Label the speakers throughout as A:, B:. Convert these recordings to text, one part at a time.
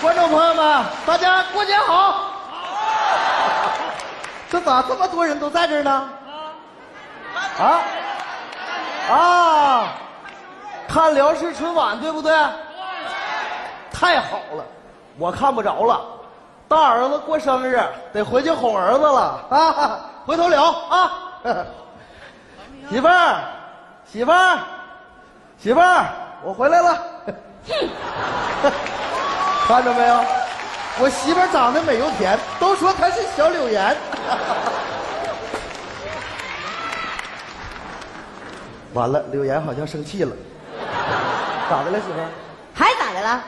A: 观众朋友们，大家过年好！这咋这么多人都在这儿呢？啊啊！看辽视春晚对不对？太好了，我看不着了。大儿子过生日，得回去哄儿子了啊！回头聊啊！媳妇儿，媳妇儿，媳妇儿，我回来了。看着没有？我媳妇儿长得美又甜，都说她是小柳岩。完了，柳岩好像生气了，咋的了，媳妇儿？
B: 还咋的了？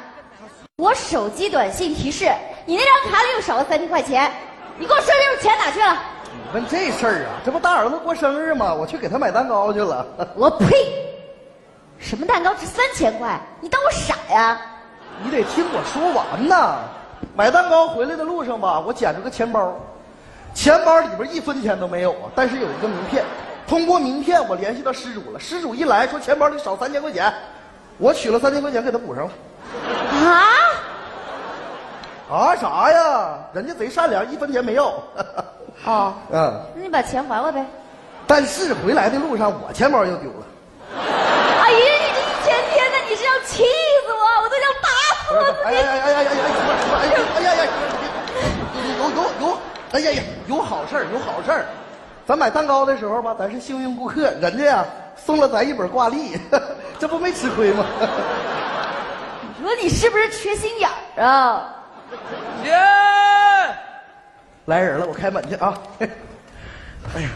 B: 我手机短信提示你那张卡里又少了三千块钱，你给我说这钱哪去了？
A: 你问这事儿啊？这不大儿子过生日吗？我去给他买蛋糕去了。
B: 我呸！什么蛋糕值三千块？你当我傻呀？
A: 你得听我说完呐。买蛋糕回来的路上吧，我捡着个钱包，钱包里边一分钱都没有啊，但是有一个名片。通过名片，我联系到失主了。失主一来说钱包里少三千块钱，我取了三千块钱给他补上了。
B: 啊？
A: 啊啥呀？人家贼善良，一分钱没要。
B: 哦，
A: 嗯，
B: 那你把钱还我呗。
A: 但是回来的路上我钱包又丢了。
B: 哎呀，你这一天天的，你是要气死我，我都想打死我自
A: 哎
B: 己。
A: 呀呀呀呀呀！哎呀哎呀呀！有有有！哎呀呀，有好事儿，有好事儿。咱买蛋糕的时候吧，咱是幸运顾客，人家呀送了咱一本挂历，这不没吃亏吗？
B: 你说你是不是缺心眼儿啊？
C: 姐，
A: 来人了，我开门去啊！哎呀，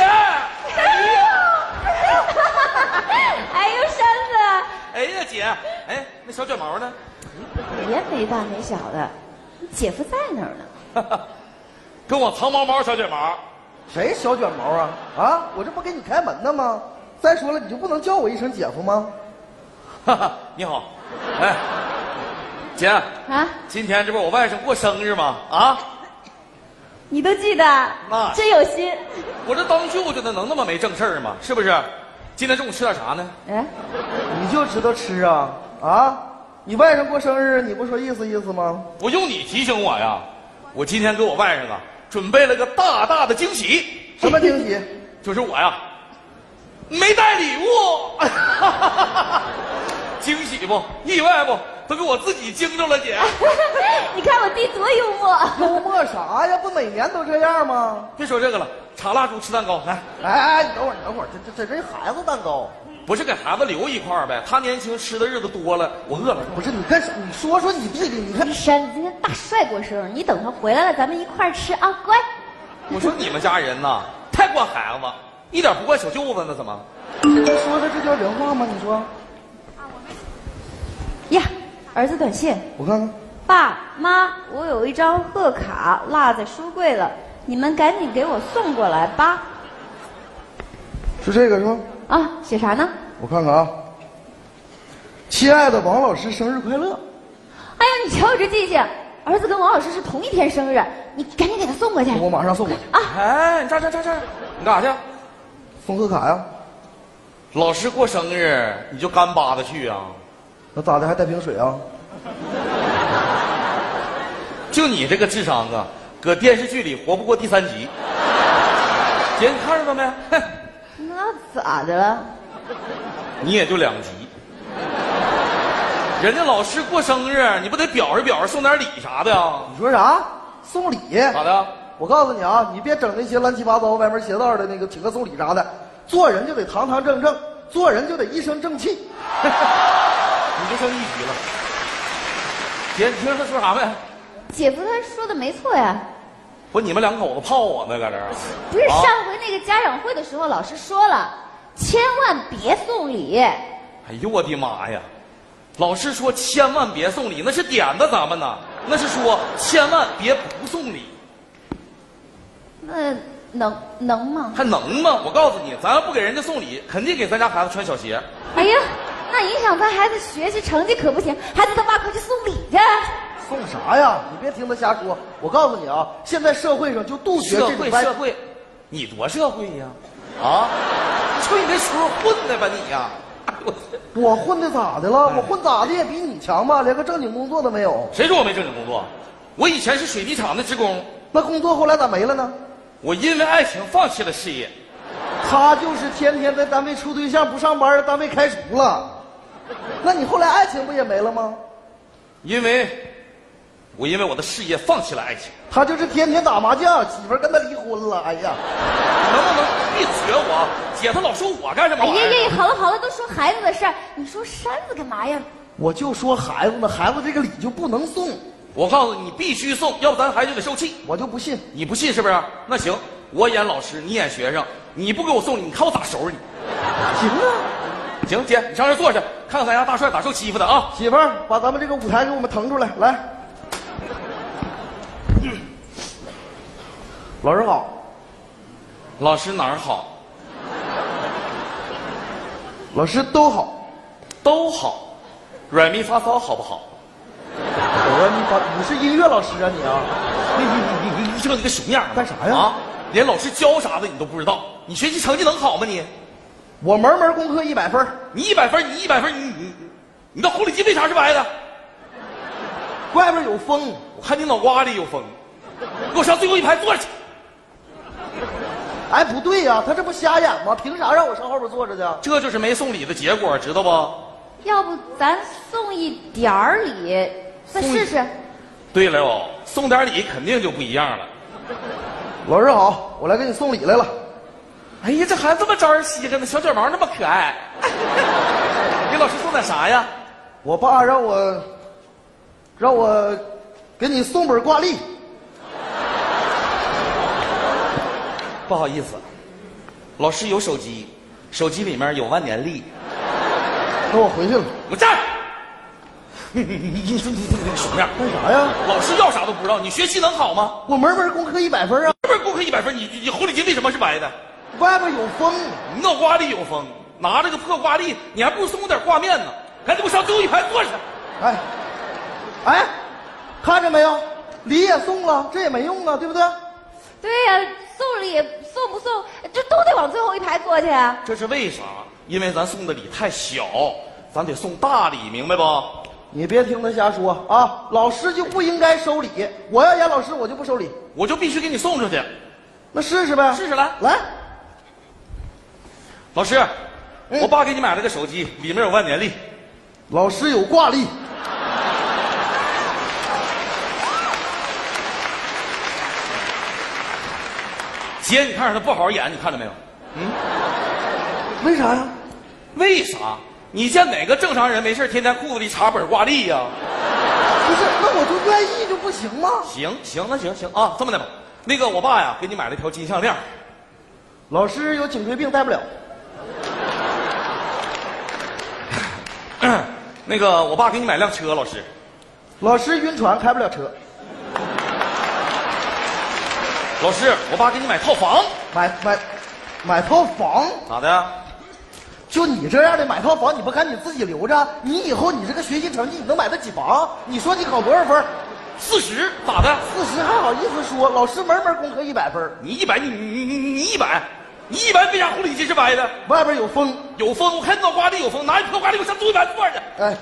B: 哎呦，山
C: 哎呀姐，哎，那小卷毛呢？
B: 子，别没大没小的，你姐夫在那儿呢。
C: 跟我藏猫猫小卷毛，
A: 谁小卷毛啊？啊，我这不给你开门呢吗？再说了，你就不能叫我一声姐夫吗？
C: 哈哈， 你好，哎，姐，
B: 啊，
C: 今天这不是我外甥过生日吗？啊，
B: 你都记得
C: 那，
B: 真有心。
C: 我这当舅舅的能那么没正事儿吗？是不是？今天中午吃点啥呢？
B: 哎，
A: 你就知道吃啊啊！你外甥过生日，你不说意思意思吗？
C: 不用你提醒我呀，我今天给我外甥啊准备了个大大的惊喜，
A: 什么惊喜？
C: 就是我呀没带礼物， 惊喜不？意外不？都给我自己惊着了，姐。
B: 你看我弟多幽默。
A: 幽默啥呀？不每年都这样吗？
C: 别说这个了，插蜡烛吃蛋糕来，
A: 哎哎，你等会儿，你等会儿，这这这这孩子蛋糕，
C: 不是给孩子留一块儿呗？他年轻吃的日子多了，我饿了。
A: 不是你干啥？你说说你弟弟，你看
B: 山子今天大帅过生日，你等他回来了，咱们一块儿吃啊，乖。
C: 我说你们家人呐，太惯孩子，一点不惯小舅子呢，怎么？
A: 你说的这叫人话吗？你说，
B: 呀，儿子短信，
A: 我看看，
B: 爸妈，我有一张贺卡落在书柜了，你们赶紧给我送过来吧。
A: 是这个是吗？
B: 啊，写啥呢？
A: 我看看啊，亲爱的王老师，生日快乐！
B: 哎呀，你瞧我这记性，儿子跟王老师是同一天生日，你赶紧给他送过去。
A: 我马上送过去，
C: 哎，你站站站站，你干啥去？
A: 送贺卡呀。
C: 老师过生日你就干巴的去啊？
A: 那咋的还带瓶水啊？
C: 就你这个智商啊，搁电视剧里活不过第三集。 姐，你看着了没？哼，
B: 那咋的了？
C: 你也就两集。人家老师过生日，你不得表示表示送点礼啥的呀？
A: 你说啥？送礼？
C: 咋的？
A: 我告诉你啊，你别整那些乱七八糟、歪门邪道的那个请客送礼啥的，做人就得堂堂正正，做人就得一身正气。
C: 你就剩一集了。姐，你听他说啥没？
B: 姐夫他说的没错呀，
C: 不，你们两口子泡我呢，搁这儿啊？
B: 不是
C: 啊
B: 上回那个家长会的时候，老师说了，千万别送礼。
C: 哎呦我的妈呀！老师说千万别送礼，那是点子咱们呐，那是说千万别不送礼，
B: 那能能吗？
C: 还能吗？我告诉你，咱要不给人家送礼，肯定给咱家孩子穿小鞋。
B: 哎呀，那影响他孩子学习成绩可不行，孩子他爸快去送礼去。哎
A: 送啥呀？你别听他瞎说。我告诉你啊，现在社会上就杜绝
C: 社
A: 这种
C: 会
A: 歪
C: 社会，你多社会呀？啊，你瞅你那时候混的吧你呀、我去
A: 我混的咋的了？
C: 哎
A: 我混咋的也比你强吧？连个正经工作都没有。
C: 谁说我没正经工作？啊我以前是水泥厂的职工，
A: 那工作后来咋没了呢？
C: 我因为爱情放弃了事业。
A: 他就是天天在单位处对象，不上班，单位开除了。那你后来爱情不也没了吗？
C: 因为，我因为我的事业放弃了爱情，
A: 他就是天天打麻将，媳妇儿跟他离婚了。哎呀，
C: 能不能别学我？姐她老说我干什么
B: 哎
C: 玩意
B: 呀
C: 儿？啊
B: 呀，好了好了，都说孩子的事儿，你说扇子干嘛呀？
A: 我就说孩子呢，孩子这个礼就不能送，
C: 我告诉你，你必须送，要不咱孩子得受气。
A: 我就不信。
C: 你不信是不是？那行，我演老师，你演学生，你不给我送礼，你看我咋收拾你？
A: 行啊，
C: 行，姐，你上这坐着，看看咱家大帅咋受欺负的啊！
A: 媳妇儿，把咱们这个舞台给我们腾出来，来。老师好，
C: 老师哪儿好？
A: 老师都好。
C: 都好，软咪发骚好不好？
A: 我说你把你是音乐老师啊你啊？
C: 你你你你这你个熊样儿
A: 干啥呀
C: 啊，连老师教啥的你都不知道，你学习成绩能好吗你？
A: 我门门功课一百分儿，
C: 你一百分儿，你一百分儿，你你你你那狐狸精为啥是白的？
A: 外边有风，
C: 我看你脑瓜里有风，你给我上最后一排坐着去。
A: 哎，不对呀、他这不瞎眼吗？凭啥让我上后边坐着去？啊
C: 这就是没送礼的结果，知道不？
B: 要不咱送一点儿礼，再试试。
C: 对了哦，送点礼肯定就不一样了。
A: 老师好，我来给你送礼来了。
C: 哎呀，这孩子这么招人稀罕呢，小卷毛那么可爱。给老师送点啥呀？
A: 我爸让我，让我给你送本挂历。
C: 不好意思，老师有手机，手机里面有万年历。
A: 那我回去了。
C: 我站！你你你你你你什么样？
A: 干啥呀？
C: 老师要啥都不知道，你学习能好吗？
A: 我门门功课一百分啊，
C: 这边功课一百分，你你你狐狸精为什么是白的？
A: 外边有风，
C: 你脑瓜里有风，拿着个破挂历，你还不如送我点挂面呢。赶紧给我上最后一排坐下。
A: 哎，哎，看着没有？礼也送了，这也没用啊，对不对？
B: 对呀、送礼送不送，这都得往最后一排坐去啊。
C: 这是为啥？因为咱送的礼太小，咱得送大礼，明白不？
A: 你别听他瞎说啊，老师就不应该收礼。我要演老师，我就不收礼。
C: 我就必须给你送出去。
A: 那试试呗，
C: 试试来
A: 来，
C: 老师，我爸给你买了个手机，里面有万年历。
A: 老师有挂历，
C: 姐，你看着他不好好演，你看着没有？
A: 为啥呀？
C: 为啥？你见哪个正常人没事天天裤子里插本挂历呀、
A: 不是，那我就愿意就不行吗？
C: 行行，那行行啊，这么的吧，那个我爸呀，给你买了条金项链，
A: 老师有颈椎病，戴不了。
C: 那个我爸给你买辆车，老师，
A: 老师晕船，开不了车。
C: 老师，我爸给你买套房，
A: 买买买套房，
C: 咋的？
A: 就你这样的买套房，你不赶紧自己留着？你以后你这个学习成绩，你能买得起房？你说你考多少分？
C: 四十，咋的？
A: 四十还好意思说？老师门门功课一百分，
C: 你一百，你你你你一百，你一百为啥狐狸精是白的？
A: 外边有风。
C: 有风，我看你脑瓜里有风，拿一破瓜里给我上桌子板坐着。
A: 哎，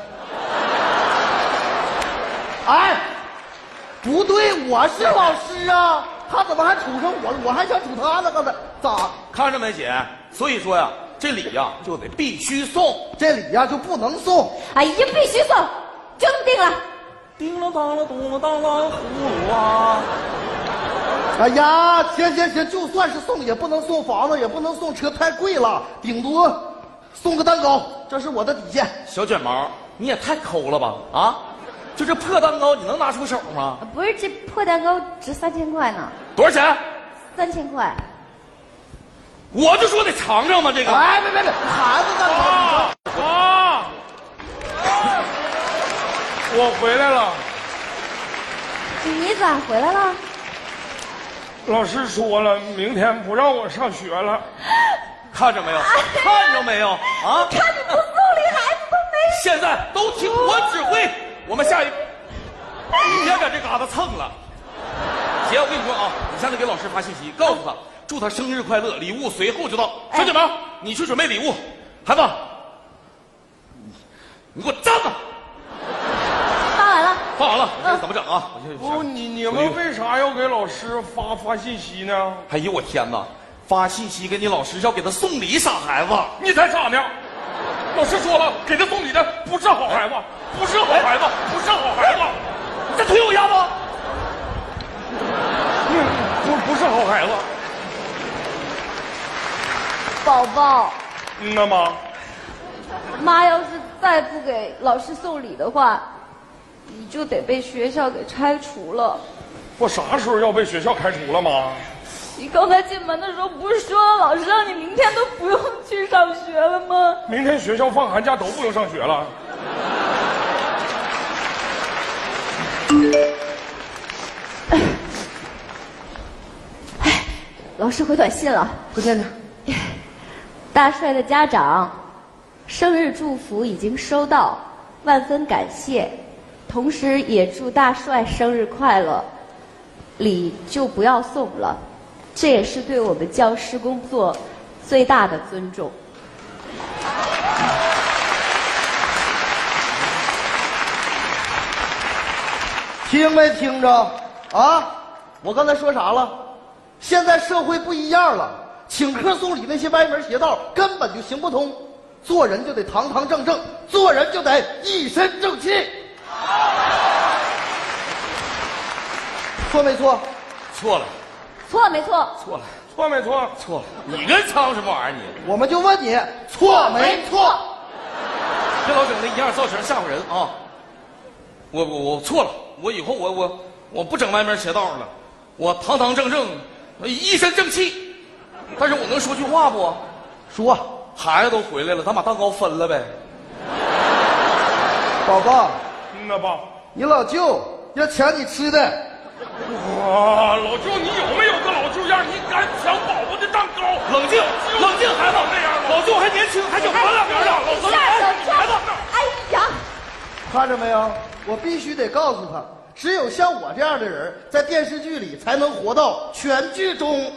A: 哎，不对，我是老师啊，他怎么还杵上我了？我还想杵他呢，刚才咋？
C: 看着没，姐？所以说呀，这礼呀就得必须送。
A: 这礼呀、就不能送。
B: 哎呀，必须送，就这么定了。
C: 叮了当了，咚了啊当啷，葫芦娃。
A: 哎呀，行行行，就算是送，也不能送房子，也不能送车，太贵了，顶多送个蛋糕，这是我的底线。
C: 小卷毛，你也太抠了吧？啊，就这破蛋糕，你能拿出手吗？
B: 不是这破蛋糕值三千块呢，
C: 多少钱？
B: 三千块。
C: 我就说得尝尝嘛，这个。
A: 哎，别别别，孩子蛋糕，
D: 啊啊！我回来了，
B: 你咋回来了？
D: 老师说了，明天不让我上学了。
C: 看着没有？看着没有？
B: 哎
C: 啊！
B: 看你不送礼，孩子都没。
C: 现在都听我指挥，我们下一，你别在这嘎达蹭了。姐，我跟你说啊，你下次给老师发信息，告诉他
B: 哎
C: 祝他生日快乐，礼物随后就到。小卷毛，你去准备礼物。孩子，你给我站着！
B: 发完了，
C: 画完了，你
B: 嗯
C: 这怎么整啊？我就
D: 不，你你们为啥要给老师发发信息呢？
C: 哎呦我天哪！发信息给你老师要给他送礼，傻孩子！
D: 你才傻呢！老师说了，给他送礼的不是好
C: 哎
D: 孩子，不是好孩子，不是好孩子，
C: 你再推我一下子！
D: 不不是好孩子。
B: 宝宝，
D: 嗯呐妈，
E: 妈要是再不给老师送礼的话，你就得被学校给拆除了。
D: 我啥时候要被学校开除了妈？
E: 你刚才进门的时候不是说老师让你明天都不用去上学了吗？
D: 明天学校放寒假都不用上学了。
B: 老师回短信了。
A: 不见他。
B: 大帅的家长，生日祝福已经收到，万分感谢，同时也祝大帅生日快乐。礼就不要送了，这也是对我们教师工作最大的尊重。
A: 听没听着啊？我刚才说啥了？现在社会不一样了，请客送礼那些歪门邪道根本就行不通。做人就得堂堂正正，做人就得一身正气。错没错？
C: 错了，
B: 错没错？
C: 错了，
D: 错没错？
C: 错了！你跟唱什么玩意儿？你
A: 我们就问你，错没错？
C: 这老整那一样造型吓唬人啊！我我我错了，我以后我我我不整歪门邪道了，我堂堂正正，一身正气。但是我能说句话不？
A: 说，
C: 孩子都回来了，咱把蛋糕分了呗。
A: 宝宝，
D: 嗯呐爸，
A: 你老舅要抢你吃的。
D: 哇，老舅你有没有个老舅样？你敢抢宝宝的蛋糕？
C: 冷静，冷静，孩子，
D: 那样
C: 老舅还年轻，还挺漂亮，漂
D: 啊
C: 亮，老孙，
B: 下手
C: 哎
B: 跳！哎呀，
A: 看着没有？我必须得告诉他，只有像我这样的人，在电视剧里才能活到全剧终。